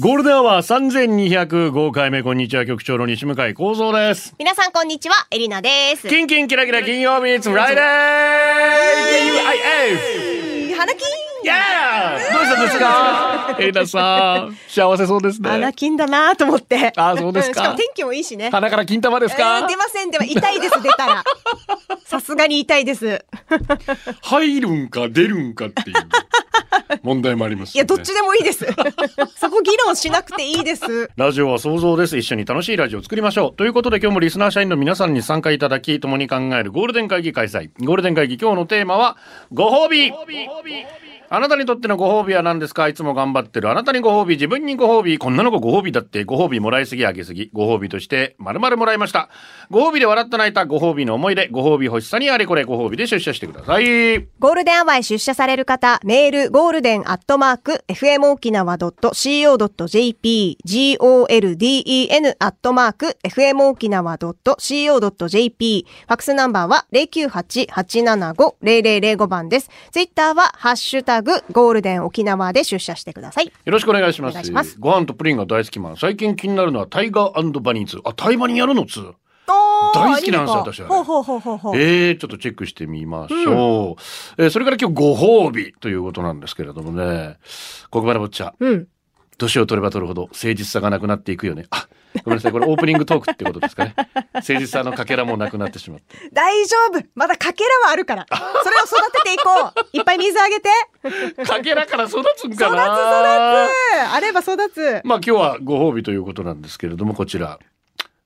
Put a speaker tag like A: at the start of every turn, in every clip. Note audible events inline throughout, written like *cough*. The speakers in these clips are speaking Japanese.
A: ゴールデンは三千二百五回目こんにちは局長の西向井光三です。
B: 皆さんこんにちは、エリナです。
A: キンキンキラキラ金曜日つむらいでー。
B: 花金
A: イエー。どうしたんですか。エイナさん幸せそうです
B: 花
A: ね。
B: 金だなと思って。
A: あそうですか
B: んしかも天気もいいしね。
A: 鼻から金玉です
B: え
A: か
B: ー。出ません、では痛いです、出
A: *laughs*
B: たら。さすがに痛いです。
A: 入るんか出るんかっていう問題もあります、ね。
B: いや、どっちでもい
A: *laughs*
B: いです。そこ議論しなくていいです。
A: ラジオは想像です。一緒に楽しいラジオを作りましょう。ということで今日もリスナー社員の皆さんに参加いただき、共に考えるゴールデン会議開催。ゴールデン会議今日のテーマは、ご褒美あなたにとってのご褒美は何ですかいつも頑張ってる。あなたにご褒美、自分にご褒美、こんなのがご褒美だって、ご褒美もらいすぎ、あげすぎ、ご褒美として、まるまるもらいました。ご褒美で笑った泣いた、ご褒美の思い出、ご褒美欲しさにあれこれ、ご褒美で出社してください。
B: ゴールデンアワーへ出社される方、メール、ゴールデンアットマーク、fmokinawa.co.jp、golden アットマーク、fmokinawa.co.jp、ファックスナンバーは098-875-0005番です。ツイッターは、ハッシュタグ、ゴールデン沖縄で出社してください。
A: よろしくお願いします。
B: お願いします
A: ご飯とプリンが大好きマン。最近気になるのはタイガーバニーズ。あ、タイバニーやるのつー大好きなんですよ私はね
B: ほうほうほうほうほう。
A: えー、ちょっとチェックしてみましょう。えーそれから今日ご褒美ということなんですけれどもね。黒板のぼっちゃ、
B: うん。
A: 年を取れば取るほど誠実さがなくなっていくよね。あ、ごめんなさい。これオープニングトークってことですか
B: *laughs*
A: ね。誠実さのかけらもなくなってしまって。
B: 大丈夫まだかけらはあるから。それを育てていこういっぱい水あげて
A: かけらから育つん
B: 育つ
A: か
B: 育つ
A: な
B: あれば育つ
A: まあ今日はご褒美ということなんですけれども、こちら。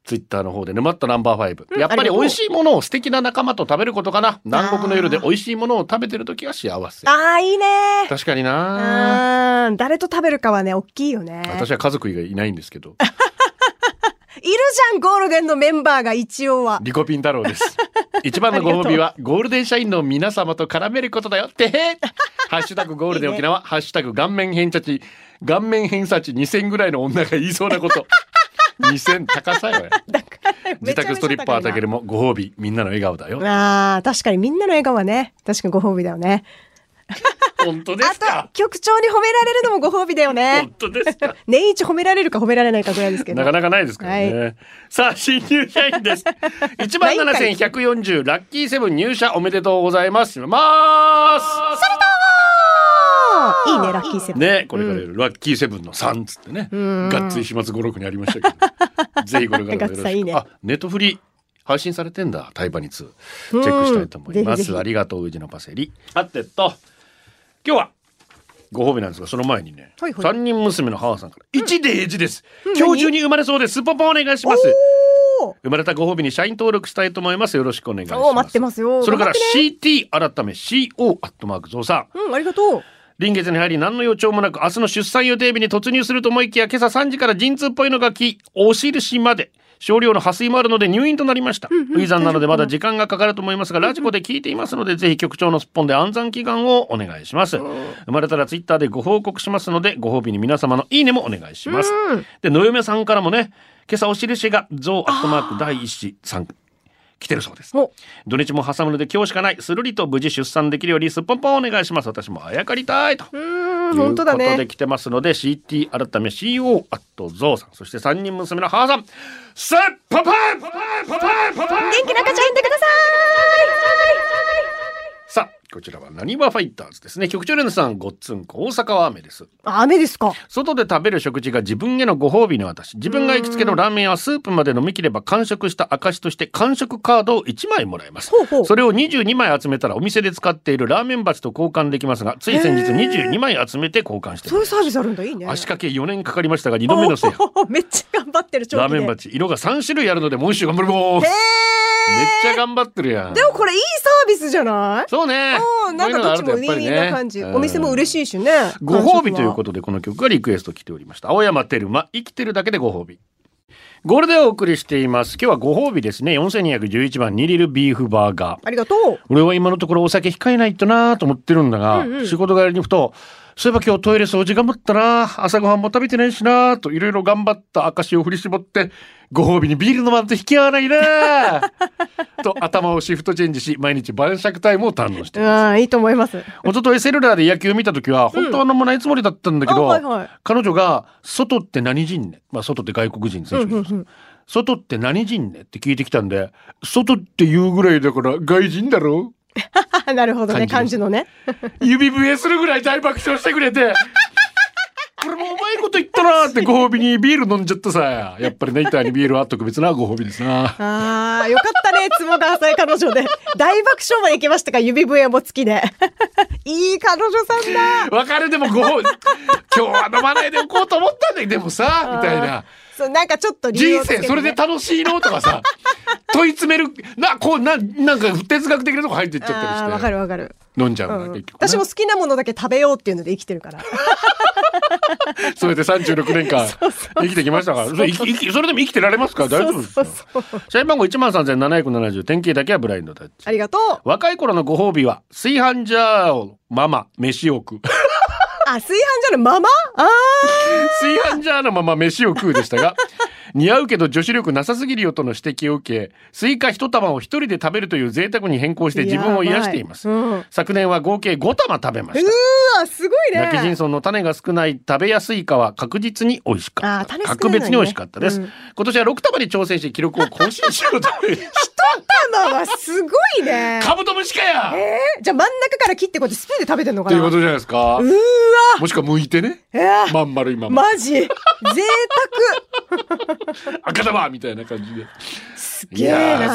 A: ツイッターの方で沼ったナンバーファイブ。やっぱり美味しいものを素敵な仲間と食べることかな。南国の夜で美味しいものを食べてる時が幸せ。
B: ああ、いいね。
A: 確かにな
B: あー誰と食べるかはね、大きいよね。
A: 私は家族以外いないんですけど。 *laughs*
B: いるじゃん、ゴールデンのメンバーが一応は。
A: リコピン太郎
B: *laughs*
A: です。一番のご褒美はゴールデン社員の皆様と絡めることだよ。て
B: *laughs*
A: へ。ハッシュタグゴールデン沖縄、ハッシュタグ顔面偏差値、顔面偏差値2000ぐらいの女が言いそうな
B: *laughs*
A: こと。2000高さよ。自宅ストリッパーたける
B: る。
A: もご褒美、みんなの笑顔だよ。
B: ああ、確かにみんなの笑顔はね、確かにご褒美だよね。
A: 本当です
B: あ
A: か
B: と、。局長に褒められるのもご褒美だよね
A: 本。当ですか。
B: 年一褒められるか褒められないかぐらい *laughs* ですけど。
A: なかなかないですからね。さあ、新入社員
B: *laughs*
A: です。一番七千百四十ラッキーセブン入社おめでとうございます。まーす。
B: あーいいね、ラッキーセブン。
A: ね、これからやるラッキーセブンの三つってね、がっつり始末五六にありましたけ
B: *laughs*
A: ど、ぜひこれからもよろし
B: ガッツ
A: く。
B: さんいいね
A: あ、ネットフリー配信されてんだ、タイバニツー。チェックしたいと思いま
B: ぜ
A: す。
B: ひぜひ
A: ありがとう、宇治のパセリ。あってと、今日は。ご褒美なんですが、その前にね、
B: はいはい
A: 三人娘の母さんから、一デージです。今日中に生まれそうです。スポポお願いします。
B: おー
A: 生まれたご褒美に社員登録したいと思います。よろしくお願いします。
B: おー待ってますよ
A: それから
B: 頑
A: CT 改め CO アットマークゾウさん。
B: うん、ありがとう。
A: 臨月に入り何の予兆もなく明日の出産予定日に突入すると思いきや今朝3時から陣痛っぽいのがきお印まで少量の破水もあるので入院となりました初産なのでまだ時間がかかると思いますがラジコで聞いていますのでぜひ局長のすっぽんで安産祈願をお願いします生まれたらツイッターでご報告しますのでご褒美に皆様のいいねもお願いしますで野嫁さんからもね今朝お印がゾウアットマーク第一子さん来てるそうです
B: お
A: 土日も挟むので今日しかないするりと無事出産できるようにすっぽんぽんお願いします私もあやかりたいと
B: うん、本当だ
A: ということ
B: ね
A: で。来てますので CT 改め CO アットゾウさんそして三人娘の母さんせっパパイパパイパパイパパイ
B: 元気な赤ちゃん産んでくださ
A: さあこちらはなにわファイターズですね局長連さんごっつんこ大阪は雨です
B: い雨ですか
A: 外で食べる食事が自分へのご褒美の私自分が行きつけのラーメンはスープまで飲み切れば完食した証として完食カードを1枚もらえます
B: ほうほう
A: それを22枚集めたらお店で使っているラーメン鉢と交換できますがつい先日22枚集めて交換してい
B: そ
A: ま
B: ういう
A: す
B: サービスあるんだ、いいね。
A: 足掛け4年かかりましたが2度目の制覇
B: おーめっちゃ頑張ってる、長
A: ラ
B: 期
A: ーメン
B: で。
A: 鉢色が3種類あるのでもう一周頑張るぞめっちゃ頑張ってるやん
B: でもこれいいサービスじゃない
A: そうね
B: おーなんかどっちもウィンウィンな感じ。お店も
A: しい
B: 嬉しいしね。。
A: ご褒美ということとでこの曲がリクエスト来ておりました青山テルマ生きてるだけでご褒美ゴールデンをお送りしています。今日はご褒美ですね。4211番ニリルビーフバーガー。
B: ありがとう。
A: 俺は今のところお酒控えないとなーと思ってるんだが、
B: うんうん
A: 仕事帰りにふと、そういえば今日トイレ掃除頑張ったなー朝ごはんも食べてないしなーといろいろ頑張った証を振り絞って、ご褒美にビール飲まんと引き合わない
B: *laughs*
A: なーと頭をシフトチェンジし、毎日晩酌タイムを堪能しています。
B: うん、いいと思います。
A: 一昨日セルラーで野球見た時は、本当は飲まないつもりだったんだけど、
B: あはいはい
A: 彼女が、外って何人ね。まあ、外って外国人選手です。外って何人ねって聞いてきたんで、外って言うぐらいだから外人だろ
B: あなるほどね、
A: 感
B: 感
A: じ
B: じのね。
A: 指笛するぐらい大爆笑してくれて、これもうまいこと言ったなーってご褒美にビール飲んじゃったさ。やっぱりネイターにビールは特別なご褒美ですな。
B: ああ、よかったね、 *laughs* ツボが浅い彼女で。大爆笑まで行きましたか、指笛も付きで。 *laughs* いい彼女さんだ。
A: わかるでもご褒美、今日は飲まないでおこうと思ったんだけど、でもさ、みたいな。
B: そう、なんかちょっと理由
A: 人
B: をつけて
A: 生
B: ね
A: それで楽しいのとかさ、問い詰める、な、こう、な、なんか哲学的なとこ入っていっちゃ
B: あーわ
A: った
B: か
A: り
B: るわかる。
A: して、飲んじゃう
B: う
A: な、
B: ん
A: 結局な
B: 私も好きなものだけ食べようっていうので生きてるから。
A: それで36年間生きてきましたから。それ生き生きそれでも生きてられますから大丈夫です
B: そ
A: よ
B: う。そうそう。
A: 社員番号13,770、典型だけはブラインドタッチ
B: あ。りがとう。
A: 若い頃のご褒美は、炊飯ジャーをママ、飯を食う。 *laughs*
B: あ、炊飯ジャーのままあ
A: 炊飯ジャーのまま飯を食うでしたが、 *laughs* 似合うけど女子力なさすぎるよとの指摘を受け、スイカ一玉を一人で食べるという贅沢に変更して自分を癒しています。
B: やばいうん
A: 昨年は合計5玉食べま
B: ー
A: し
B: う
A: た。
B: ーわ、すごいね。
A: ラキジンソンの種が少ない食べやすいかは確実に美味しか
B: あ
A: っ
B: ー
A: た。
B: 種少ない
A: 格
B: のね
A: 別に美味しかったです、
B: うん
A: 今年は6玉に挑戦し記録を更新しようと
B: *laughs*
A: 思います。
B: 玉はすごいね。
A: カブトムシかや、
B: えーじゃあ真ん中から切ってこうやってスプーンで食べてんのか
A: と
B: な
A: いうことじゃないですか。もしくは剥いてね。
B: えー
A: まん丸いまま。
B: マジ
A: *laughs*
B: 贅
A: 赤玉みたいな感じで。
B: げえな
A: やーすごいなお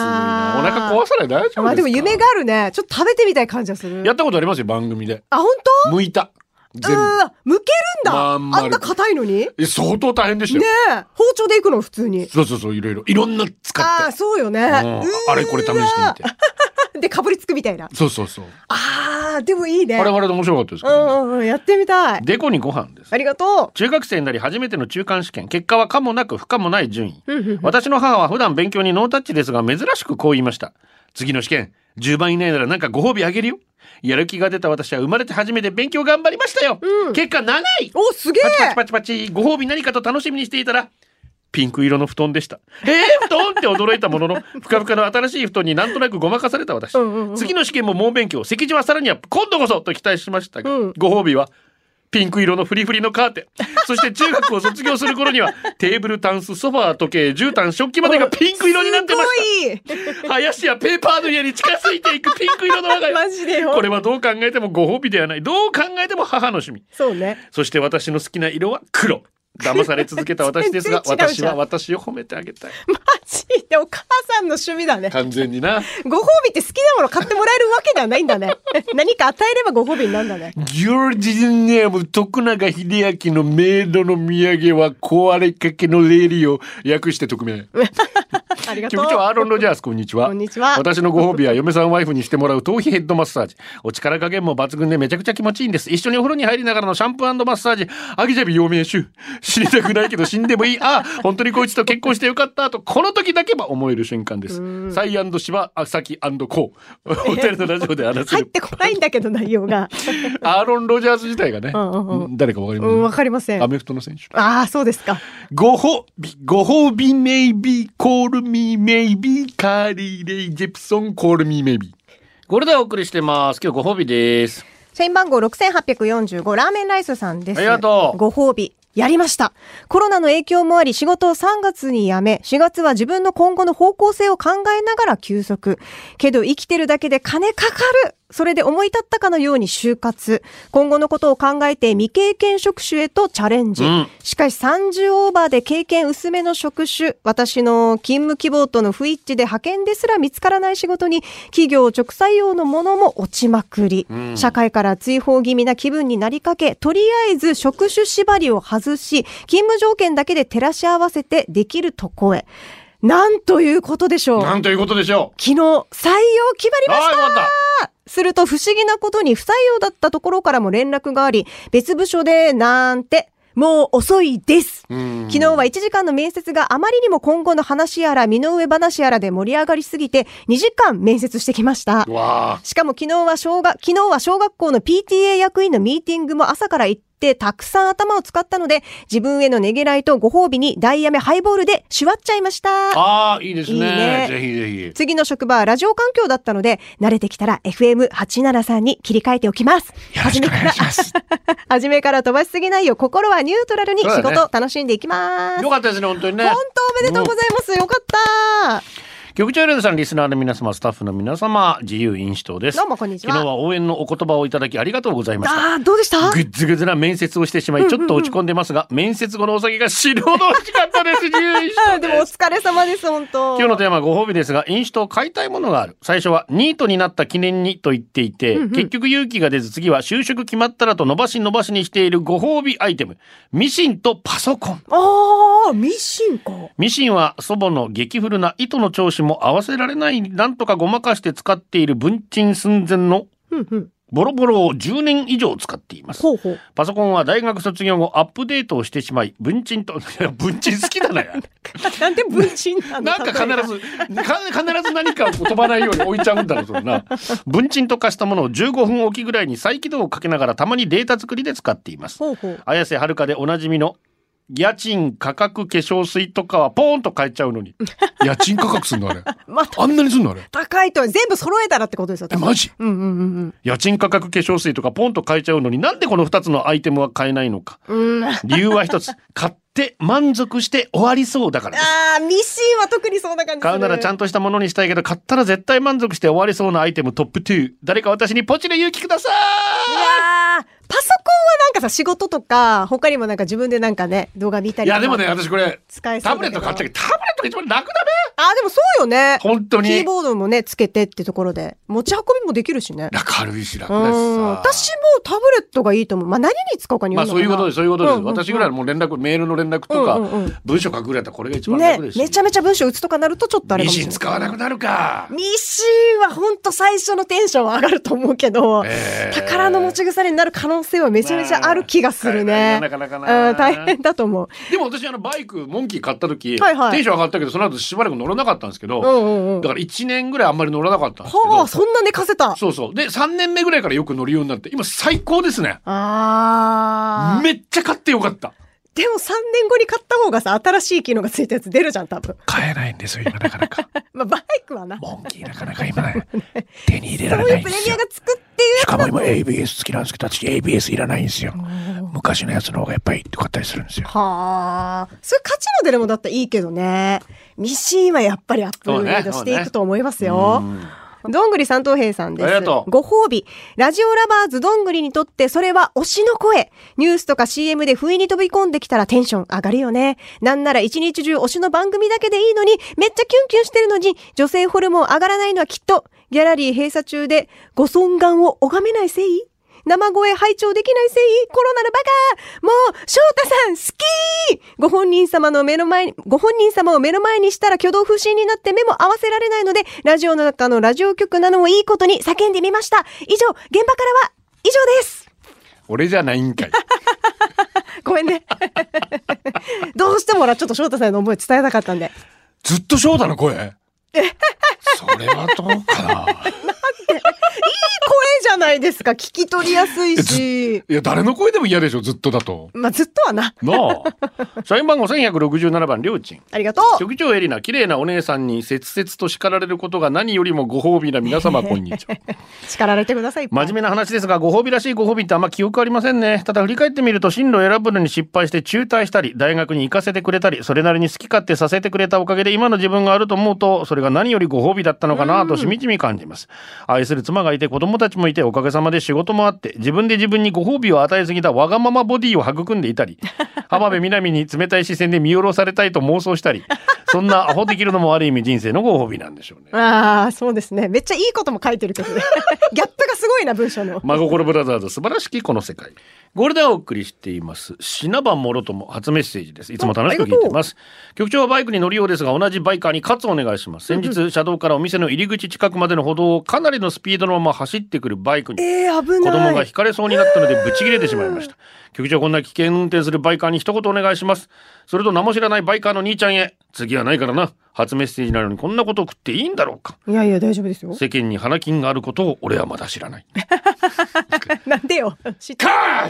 A: 腹壊さない大丈夫ですか
B: 沢まあでも夢があるね。ちょっと食べてみたい感じがする。
A: やったことありますよ、番組で。
B: あ、本当
A: 剥いた。全
B: う
A: 部。
B: わ、むけるんだ、
A: まん丸
B: あんな硬いのにね
A: え相当大変でしたよ。
B: え、包丁でいくの普通に。
A: そうそうそう、いろいろ。いろんな使
B: ああ
A: っ
B: ー、
A: て。
B: そうよね。
A: うんあれこれ試してみて。
B: て。で、かぶりつくみたいな。
A: そうそうそう。
B: ああ、でもいいね。
A: あれあれで面白かったですけ
B: う
A: どね。
B: んうんうん、やってみたい。
A: デコにご飯です。
B: ありがと
A: 中学生になり初めての中間試験結果は可もなく不可もない順位
B: うんうんうん。
A: *laughs* 私の母は普段勉強にノータッチですが珍しくこう言いました次の試験10番以内ならなんかご褒美あげるよやる気が出た私は生まれて初めて勉強頑張りましたよ、結果長いう
B: お、すげえ
A: パチパチパチパチご褒美何かと楽しみにしていたらピンク色の布団でしたえー、布団って驚いたもののふかふかの新しい布団になんとなくごまかされた私、
B: うんうんうん
A: 次の試験も猛勉強席次はさらには今度こそと期待しましたが、
B: うん
A: ご褒美はピンク色のフリフリのカーテンそして中学を卒業する頃にはテーブルタンスソファー時計絨毯食器までがピンク色になってまし
B: すごい
A: た林やペーパーの家に近づいていくピンク色の我が
B: マ
A: 家
B: ジでよ。
A: これはどう考えてもご褒美ではないどう考えても母の趣味
B: そうね。、
A: そして私の好きな色は黒。騙され続けた私ですが
B: 全然違う
A: 私
B: じゃ
A: は
B: ん
A: 私を褒めてあげたい。
B: マジでお母さんの趣味だね。
A: 完全にな。
B: ご褒美って好きなもの買ってもらえるわけではないんだ *laughs* ね。何か与えればご褒美になるんだね。
A: ギョルディネーム徳永秀明のメイドの土産は壊れかけのレーリを訳して匿名。
B: ありがとう。
A: 局長アーロン・ロジャース、こんにちは。
B: こんにちは
A: *laughs* 私のご褒美は嫁さんワイフにしてもらう頭皮ヘッドマッサージ。お力加減も抜群でめちゃくちゃ気持ちいいんです。一緒にお風呂に入りながらのシャンプーマッサージ。アギジャビ陽明臭。死にたくないけど死んでもいい。ああ、本当にこいつと結婚してよかった。と、この時だけは思える瞬間です。サイ芝、あさき *laughs* コウ。ホテルのラジオで話せ
B: 入っ *laughs*
A: る。
B: てこないんだけど内容が。
A: アーロン・ロジャース自体がね
B: うんうんう、
A: 誰かわかり
B: うん、わ
A: ま
B: かりませ
A: す
B: ん。
A: ア
B: あ
A: メフトの選手。
B: あー、そうですか。
A: ご褒美、ご褒美、メイビー、コールミー、メイビー、カーリー、レイ、ジェプソン、コールミー、メイビー。これでお送りしてます。今日ご褒美です。
B: 社員番号6845ラーメンライスさんです。
A: ありがとう
B: ご褒美。やりました。コロナの影響もあり仕事を3月に辞め、4月は自分の今後の方向性を考えながら休息。けど生きてるだけで金かかるそれで思い立ったかのように就活。今後のことを考えて未経験職種へとチャレンジ。
A: うん
B: しかし30オーバーで経験薄めの職種、私の勤務希望との不一致で派遣ですら見つからない仕事に、企業直採用のものも落ちまくり、社会から追放気味な気分になりかけ、とりあえず職種縛りを外し、勤務条件だけで照らし合わせてできるとこへ。なんということでしょう。
A: なんということでしょう。
B: 昨日、採用決まりま
A: あ
B: し
A: あ、
B: た
A: よかっ
B: すると不思議なことに不採用だったところからも連絡があり、別部署でなんて、もう遅いです。
A: うん
B: 昨日は1時間の面接があまりにも今後の話やら身の上話やらで盛り上がりすぎて2時間面接してきました。
A: わあ
B: しかも昨日は小学、昨日は小学校の PTA 役員のミーティングも朝から行ってたくさん頭を使ったので自分へのねげらいとご褒美にダイヤメハイボールでしわっちゃいました。
A: あーいいですね
B: いいね
A: ぜひぜひ
B: 次の職場はラジオ環境だったので慣れてきたら FM873 に切り替えておきます。
A: よろしくお願いします
B: 初めから *laughs* 飛ばしすぎないよう心はニュートラルに仕
A: そうだね
B: 事を楽しんでいきます。
A: よかったですね本当にね
B: 本当おめでとうございます。よかった。
A: 局長エレンさんリスナーの皆様スタッフの皆様自由民主党です
B: どうもこんにちは
A: 昨日は応援のお言葉をいただきありがとうございました
B: ああー、どうでした
A: ぐっずぐずな面接をしてしまいちょっと落ち込んでますが、面接後のお酒が死ぬほど美味しかったです自由民主党
B: あーでもお疲れ様です、本当。
A: 今日のテーマはご褒美ですが、飲酒と買いたいものがある。最初はニートになった記念にと言っていて、結局勇気が出ず次は就職決まったらと伸ばし伸ばしにしているご褒美アイテム。ミシンとパソコン。
B: ああ、ミシンか。
A: ミシンは祖母の激古な糸の調子も合わせられない、なんとかごまかして使っている文鎮寸前の
B: うんうん。
A: ボロボロを10年以上使っています。
B: ほうほう。
A: パソコンは大学卒業後アップデートをしてしまい、文鎮と、い *laughs* や文鎮好きだな。
B: なんで文鎮なの
A: なんか必。ず、か必ず何かを飛ばないように置いちゃうんだろう、それな。文鎮と化したものを15分おきぐらいに再起動をかけながらたまにデータ作りで使っています。
B: ほうほう。
A: 綾瀬はるかでおなじみの家賃価格化粧水とかはポーンと変えちゃうのに。
C: 家賃価格すんのあれ。
B: また
C: あんなにすんのあれ。
B: 高いとは全部揃えたらってことですよ。
C: え、マジ
B: うんうんうん
A: 家賃価格化粧水とかポンと変えちゃうのになんでこの2つのアイテムは変えないのか。
B: うん。うん。あ
A: 理由は1つ。買って満足して終わりそうだからです。
B: あ、ミシンは特にそんな感じする。
A: 買うならちゃんとしたものにしたいけど買ったら絶対満足して終わりそうなアイテムトップ2。誰か私にポチの勇気くださ
B: い
A: い
B: やーパソコンはなんかさ、仕事とか、他にもなんか自分でなんかね、動画見た
C: い
B: りと
C: や、
B: か
C: でもね、私これ、
B: 使えそ
C: タ
B: うだ
C: ブ
B: け
C: レ
B: ど
C: ット買っちゃうけど、タブレットが一番楽だね。
B: あー、でもそうよね。
A: 本当に
B: キーボードもね、つけてってところで、持ち運びもできるしね。
C: 軽いし楽
B: う
C: だし
B: ん。
C: さ。
B: 私もタブレットがいいと思う。まあ、何に使うかによ
A: まあ
B: るの
A: そう
B: か
A: い
B: な
A: うことです、そういうことです。
B: んんん
A: 私ぐらいのもう連絡、メールの連絡とか、
B: うんうんうん
A: 文章書くぐらいだったらこれが一番
B: ね
A: 楽です、し
B: めちゃめちゃ文章打つとかなるとちょっとあれ
C: ミ
B: かもし
C: シ
B: れ
C: ン
B: ない。
C: 使わなくなるか。
B: ミシンはほんと最初のテンションは上がると思うけど、
C: えー
B: 宝の持ち腐れになる可能性はめちゃめちゃある気がするね。
A: まあなかなかな
B: うん、大変だと思う。
A: でも私あのバイク、モンキー買った時、
B: はいはい
A: テンション上がったけど、その後しばらく乗らなかったんですけど、
B: うんうんうん。
A: だから1年ぐらいあんまり乗らなかったんですけど、
B: はあ、そんな寝かせた。
A: そうそう。で、3年目ぐらいからよく乗るようになって、今最高ですね。
B: あー。
A: めっちゃ買ってよかった。
B: でも3年後に買った方がさ、新しい機能がついたやつ出るじゃん、多分。 *laughs*
C: 買えないんですよ、今なかなか。
B: まあ、バイクはな。
C: モンキーなかなか今
B: *laughs*
C: ね、手に入れら
B: そう
C: れない
B: うんプ
C: で
B: レ
C: す
B: ミア
C: よ
B: が。つくっていう
C: しかも今 ABS 好きなんですけど、私 ABS いらないんですよ。昔のやつの方がやっぱり良かったりするんですよ。
B: はあ。それ価値の出るものだったらいいけどね。ミシンはやっぱりアップデートしていくと思いますよ。どんぐり三等兵さんです。
A: ありがとう
B: ご褒美。ラジオラバーズどんぐりにとってそれは推しの声。ニュースとか CM で不意に飛び込んできたらテンション上がるよね。なんなら一日中推しの番組だけでいいのに、めっちゃキュンキュンしてるのに、女性ホルモン上がらないのはきっと、ギャラリー閉鎖中で、ご尊顔を拝めないせい生声拝聴できないせいコロナのバカもう、翔太さん、好きご本人様の目の前に、ご本人様を目の前にしたら挙動不審になって目も合わせられないので、ラジオの中のラジオ局なのをいいことに叫んでみました。以上、現場からは以上です。
A: 俺じゃないんかい。
B: ごめんね。 *laughs* どうしてもらちょっと翔太さんへの思い伝えたかったんで。
C: ずっと翔太の
B: *laughs*
C: 声それはどうかな。
B: 声じゃないですか。聞き取りやすいし。
C: いや、誰の声でも嫌でしょ、ずっとだと。
B: まあ、ずっとはな。
A: なあ。社員番号1167番、りょうちん。
B: ありがとう。
A: 局長エリナ、綺麗なお姉さんに切々と叱られることが何よりもご褒美な皆様、こんにちは。
B: 叱られてください。いっぱ
A: 真
B: い
A: 面目な話ですが、ご褒美らしいご褒美ってあんま記憶ありませんね。ただ振り返ってみると、進路を選ぶのに失敗して中退したり、大学に行かせてくれたり、それなりに好き勝手させてくれたおかげで今の自分があると思うと、それが何よりご褒美だったのかなとしみじみ感じます。愛する妻がいて、子供たちもいて、おかげさまで仕事もあって、自分で自分にご褒美を与えすぎたわがま
B: *laughs*
A: まボディを育んでいたり、浜辺美波に冷たい視線で見下ろされたいと妄想したり、そんなアホできるのもある意味人生のご褒美なんでしょうね。
B: ああ、そうですね。めっちゃいいことも書いてるけどね。 *laughs* ギャップがすごいな、文章の。
A: 真心ブラザーズ素晴らしきこの世界ゴールデンをお送りしています品場もろとも初メッセージですいつも楽しく聞いています局長はバイクに乗りようですが同じバイカーにカツをお願いします先日車道からお店の入り口近くまでの歩道をかなりのスピードのまま走ってくるバイクに
B: えー、
A: 子
B: 危な
A: 供が
B: い。
A: 引かれそうになったのでブチ切れてしまいました局長こんな危険運転するバイカーに一言お願いしますそれと名も知らないバイカーの兄ちゃんへ次はないからな初メッセージなのにこんなこと送っていいんだろうか
B: いやいや、大丈夫ですよ。
A: 世間に花金があることを俺はまだ知らない
B: なんでよ。知ってるうーわ、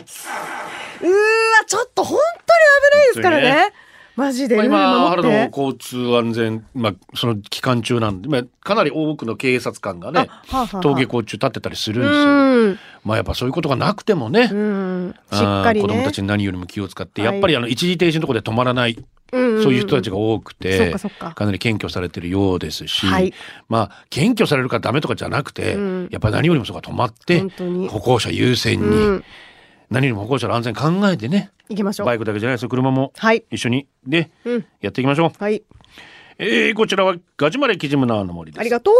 B: ちょっと本当に危ないですから
A: 本当に
B: ね。マジで。ルール
A: 今
B: 守
A: 春
B: って
A: の交通安全、まあ、その期間中なんで、まあ、かなり多くの警察官がね
B: あはあはあ
A: 登下校中立ってたりするん
B: う
A: ですよ、
B: ん。
A: まあやっぱそういうことがなくてもね、
B: うん。しっ
A: あー
B: かりね。
A: 子供たちに何よりも気を使って、
B: はい
A: やっぱりあの一時停止のところで止まらない、そういう人たちが
B: が。
A: 多く
B: そってかそっか
A: なり謙虚されてるようですし、
B: はい
A: まあ謙虚されるからダメとかじゃなくて、
B: うん
A: やっぱり何よりもそこが止まって
B: 本当に
A: 歩行者優先に、
B: うん。
A: 何よりも歩行者の安全考えてね
B: 行きましょ
A: バイ
B: う。
A: クだけじゃないですよ車も
B: はい。
A: 一緒にで、
B: うん
A: やっていきましょう。
B: はい。
A: えーこちらはガジュマレキジムナーの森です。
B: ありがとう。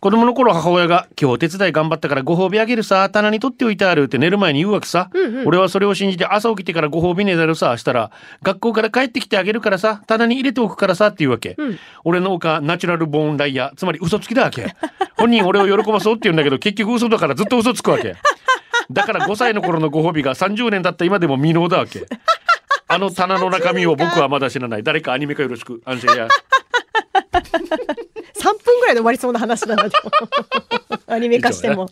A: 子供の頃母親が今日お手伝い頑張ったからご褒美あげるさ、棚に取っておいてあるって寝る前に言うわけさ。俺はそれを信じて朝起きてからご褒美ねだるさ、したら学校から帰ってきてあげるからさ、棚に入れておくからさって言うわけ。俺のおかナチュラルボーンライヤー、つまり嘘つきだわけ。本人俺を喜ばそうって言うんだけど結局嘘だからずっと嘘つくわけ。だから5歳の頃のご褒美が30年経った今でも未納だわけ。あの棚の中身を僕はまだ知らない。誰かアニメ化よろしく。安心や。
B: 三分ぐらいで終わりそうな話なんだ *laughs* けど。アニメ化しても。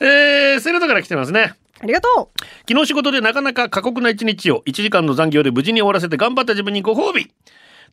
A: えー、セルトから来てますね。
B: ありがとう。
A: 昨日仕事でなかなか過酷な一日を1時間の残業で無事に終わらせて頑張った自分にご褒美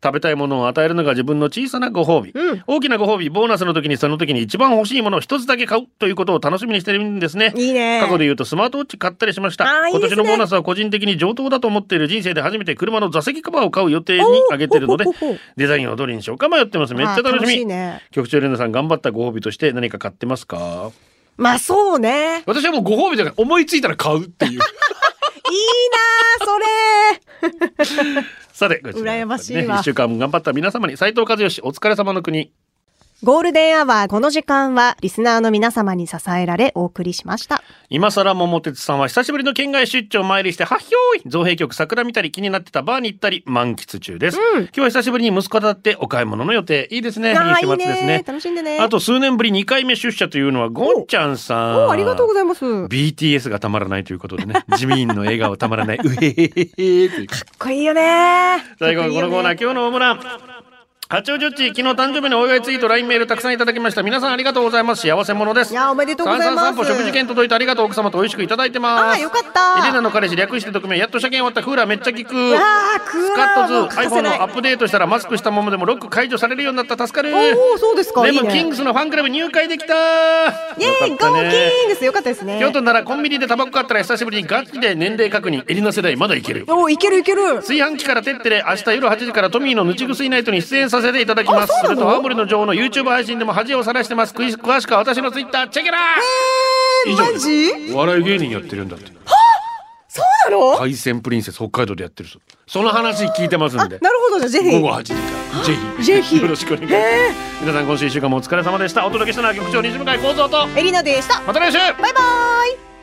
A: 食べたいものを与えるのが自分の小さなご褒美、
B: うん
A: 大きなご褒美ボーナスの時にその時に一番欲しいものを一つだけ買うということを楽しみにしてるんですね
B: いいね
A: 過去で言うとスマートウォッチ買ったりしました
B: あーいい
A: 今
B: です
A: 年
B: ね
A: のボーナスは個人的に上等だと思っている人生で初めて車の座席カバーを買う予定に挙げてるので
B: おーほほほほ
A: デザインをどれにしようか迷ってますめっちゃ楽しみ
B: あーいね。
A: 局長レナさん頑張ったご褒美として何か買ってますか
B: まあそうね。いい
A: 私はもうご褒美じゃない思いついたら買うっていう
B: なーそれ。
A: *laughs* さて、こちら
B: 羨ましい
A: ね
B: わ
A: 一週間頑張った皆様に、斉藤和義、お疲れ様の国。
B: ゴールデンアワー、この時間は、リスナーの皆様に支えられ、お送りしました。
A: 今更桃鉄さんは久しぶりの県外出張を参りして、はっひょーい造幣局桜見たり気になってたバーに行ったり、満喫中です。今日は久しぶりに息子だってお買い物の予定。いいですね。いい
B: あー
A: 週末ですね。
B: 楽しんでね。
A: あ、と数年ぶり2回目出社というのは、ゴンちゃんさん。
B: おありがとうございます。かっ
A: BTS がたまらないということでね、ジミーンの笑顔たまらない、うへへへへという
B: こいいよね。
A: 最後はこのコーナ
B: かっ
A: ー今日のオムラン八王子っち昨日誕生日のお祝いツイート LINE メールたくさんいただきました皆さんありがとうございます幸せ者です
B: いやおめでとうございま
A: 三
B: す
A: 三三歩食事券届いてありがとう奥様と美味しくいただいてます
B: あーよかった
A: エレナの彼氏略して特命やっと車検終わったクーラーめっちゃ効く
B: わークーラー
A: スカッ
B: もう
A: ト
B: 欠
A: ズ iPhone
B: かせ
A: の
B: ない
A: アップデートしたらマスクしたままでもロック解除されるようになった助かる
B: いいねおー、そうですか。
A: レ
B: いい
A: ム、
B: ね。
A: キングスのファンクラブ入会できた
B: イェーイ、
A: よ
B: ゴ
A: かった
B: ー
A: ね
B: キングス、よかったですね。
A: 京都ならコンビニでタバコ買ったら久しぶりにガチで年齢確認エリナ世代まだいける
B: おーいけるいける。
A: 炊飯器からてってれ明日夜8時からトミーのぬちぐすいナイトに出演させていただきます
B: あ
A: す
B: そうなの
A: ると青森の女王の YouTube 配信でも恥をさらしてます詳し詳しくは私の Twitter チェケラ
B: え
A: 以
B: ー、
A: 上
B: マジ
A: お笑い芸人やってるんだって
B: そうなの
A: 海鮮プリンセス北海道でやってるそうその話聞いてますんで
B: なるほど、じゃあぜひ。
A: 午後8時からぜひ
B: *gasps* ぜひ
A: よろしくお願いします皆さん今週1週間もお疲れ様でしたお届けしたのは局長西向井幸三と
B: エリナでした。
A: また来週
B: バイバーイ。